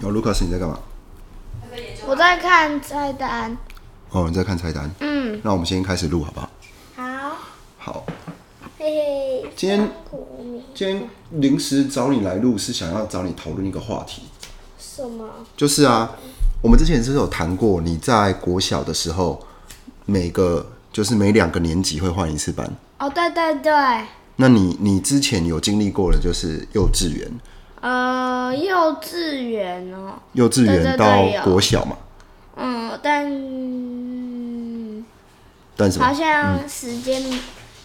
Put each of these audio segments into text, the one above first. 哦，Lucas，你在干嘛？我在看菜单。哦，你在看菜单。嗯，那我们先开始录好不好？好，好，嘿嘿。今天苦米今天临时找你来录是想要找你讨论一个话题，什么？就是啊，我们之前是有谈过，你在国小的时候，每个就是每两个年级会换一次班。哦，对对对，那你你之前有经历过的就是幼稚园，呃，幼稚园哦，幼稚对对园对到有国小嘛，嗯，但但什嗯好么？像时间、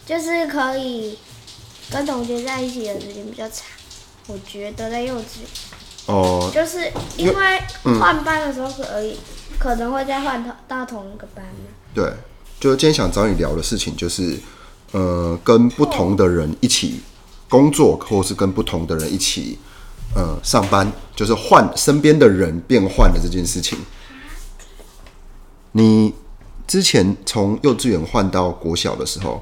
就是可以跟同学在一起的时间比较长。我觉得在幼稚园，哦、就是因为换班的时候可以，可能会再换到到同一个班嘛。对，就是今天想找你聊的事情，就是呃，跟不同的人一起工作，或是跟不同的人一起呃上班，就是换身边的人变换的这件事情。你之前从幼稚园换到国小的时候，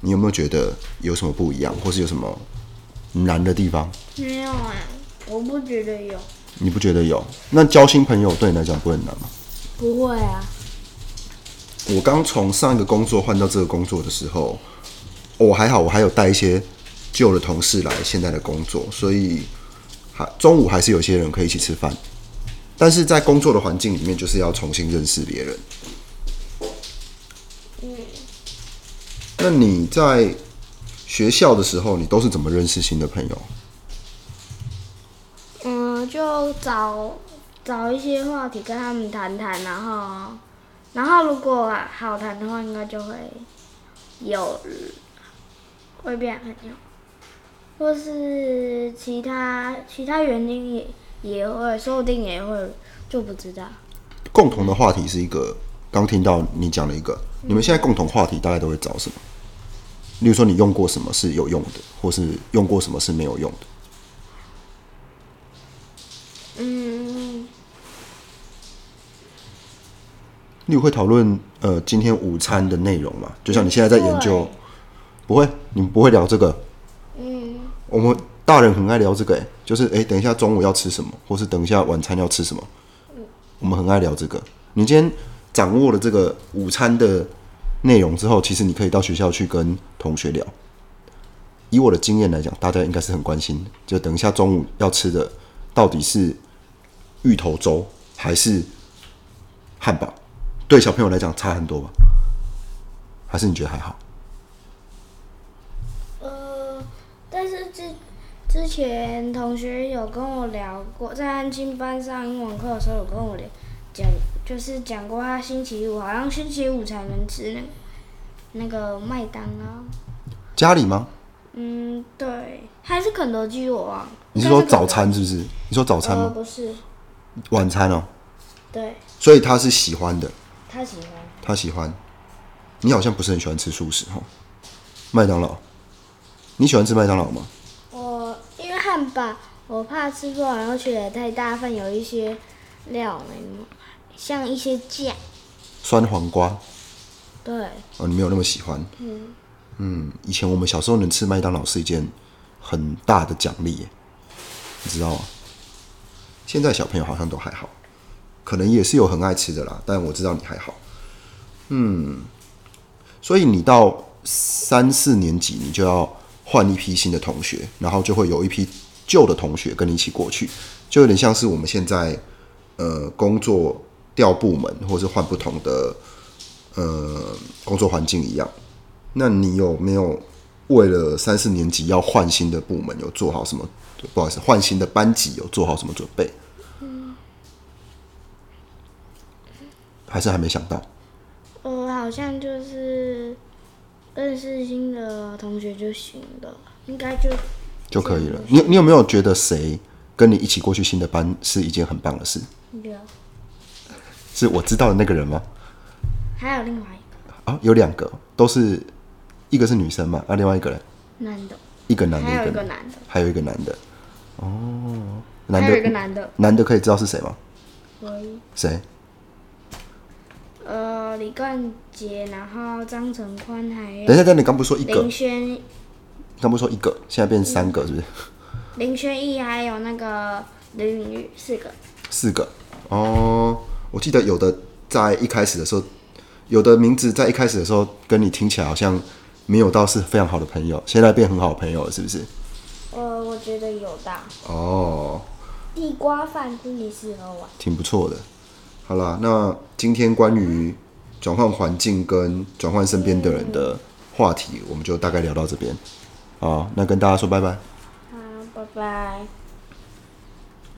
你有没有觉得有什么不一样，或是有什么难的地方？没有啊，我不觉得有。你不觉得有？那交新朋友对你来讲不会很难吗？不会啊。我刚从上一个工作换到这个工作的时候，我还好，我还有带一些旧的同事来现在的工作，所以还中午还是有些人可以一起吃饭。但是在工作的环境里面，就是要重新认识别人。那你在学校的时候，你都是怎么认识新的朋友？嗯，就找找一些话题跟他们谈谈，然后然后如果好谈的话，应该就会有会变朋友，或是其他其他原因也也会，说不定也会，就不知道。共同的话题是一个，刚听到你讲了一个，你们现在共同话题大概都会找什么？例如说，你用过什么是有用的，或是用过什么是没有用的？嗯，例如会讨论呃今天午餐的内容嘛？就像你现在在研究，不会，你们不会聊这个。嗯，我们大人很爱聊这个、欸，就是诶，等一下中午要吃什么，或是等一下晚餐要吃什么，我们很爱聊这个。你今天掌握了这个午餐的内容之后，其实你可以到学校去跟同学聊。以我的经验来讲，大家应该是很关心的，就等一下中午要吃的到底是芋头粥还是汉堡，对小朋友来讲差很多吧？还是你觉得还好？呃，但是之之前同学有跟我聊过，在安静班上英文课的时候有跟我聊讲，就是讲过他星期五好像星期五才能吃那个那个麦当劳，家里吗？嗯，对，还是肯德基我忘了。你是说应该肯早德餐是不是？你说早餐吗呃，？不是，晚餐哦，对所以他是喜欢的，他喜欢，他喜欢。你好像不是很喜欢吃素食哦，麦当劳，你喜欢吃麦当劳吗？我因为汉堡我怕吃不完，而且太大份，有一些料没弄像一些酱，酸黄瓜对，哦，你没有那么喜欢。嗯以前我们小时候能吃麦当劳是一件很大的奖励耶，你知道吗？现在小朋友好像都还好，可能也是有很爱吃的啦，但我知道你还好。嗯，所以你到三四年级，你就要换一批新的同学，然后就会有一批旧的同学跟你一起过去，就有点像是我们现在呃工作调部门，或是换不同的呃工作环境一样。那你有没有为了三四年级要换新的部门，有做好什么？不好意思，换新的班级有做好什么准备？还是还没想到？我嗯好像就是认识新的同学就行了，应该就就可以了。你你有没有觉得谁跟你一起过去新的班是一件很棒的事？有。是我知道的那个人吗？还有另外一个啊，有两个，都是一个是女生嘛，啊，另外一个人，男的，一个男的，还有一一个个女男的，还有一个男的。哦，男还有一个的，男的，男的可以知道是谁吗？所以谁？呃李冠杰，然后张成宽还有等一下，等一下，你刚不是说一个林，轩刚不是说一个，现在变三个是不是？林轩逸，还有那个淋淋浴四个，四个哦。我记得有的在一开始的时候，有的名字在一开始的时候跟你听起来好像没有到是非常好的朋友，现在变很好的朋友了，是不是？呃，我觉得有的。哦，地瓜饭真的适合我。挺不错的。好啦，那今天关于转换环境跟转换身边的人的话题，我们就大概聊到这边。好，那跟大家说拜拜。好，拜拜。